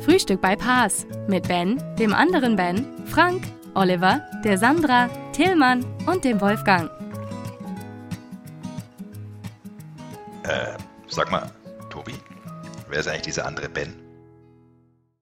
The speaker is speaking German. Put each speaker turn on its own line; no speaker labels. Frühstück bei Paas mit Ben, dem anderen Ben, Frank, Oliver, der Sandra, Tillmann und dem Wolfgang.
Äh, sag mal, Tobi, wer ist eigentlich dieser andere Ben?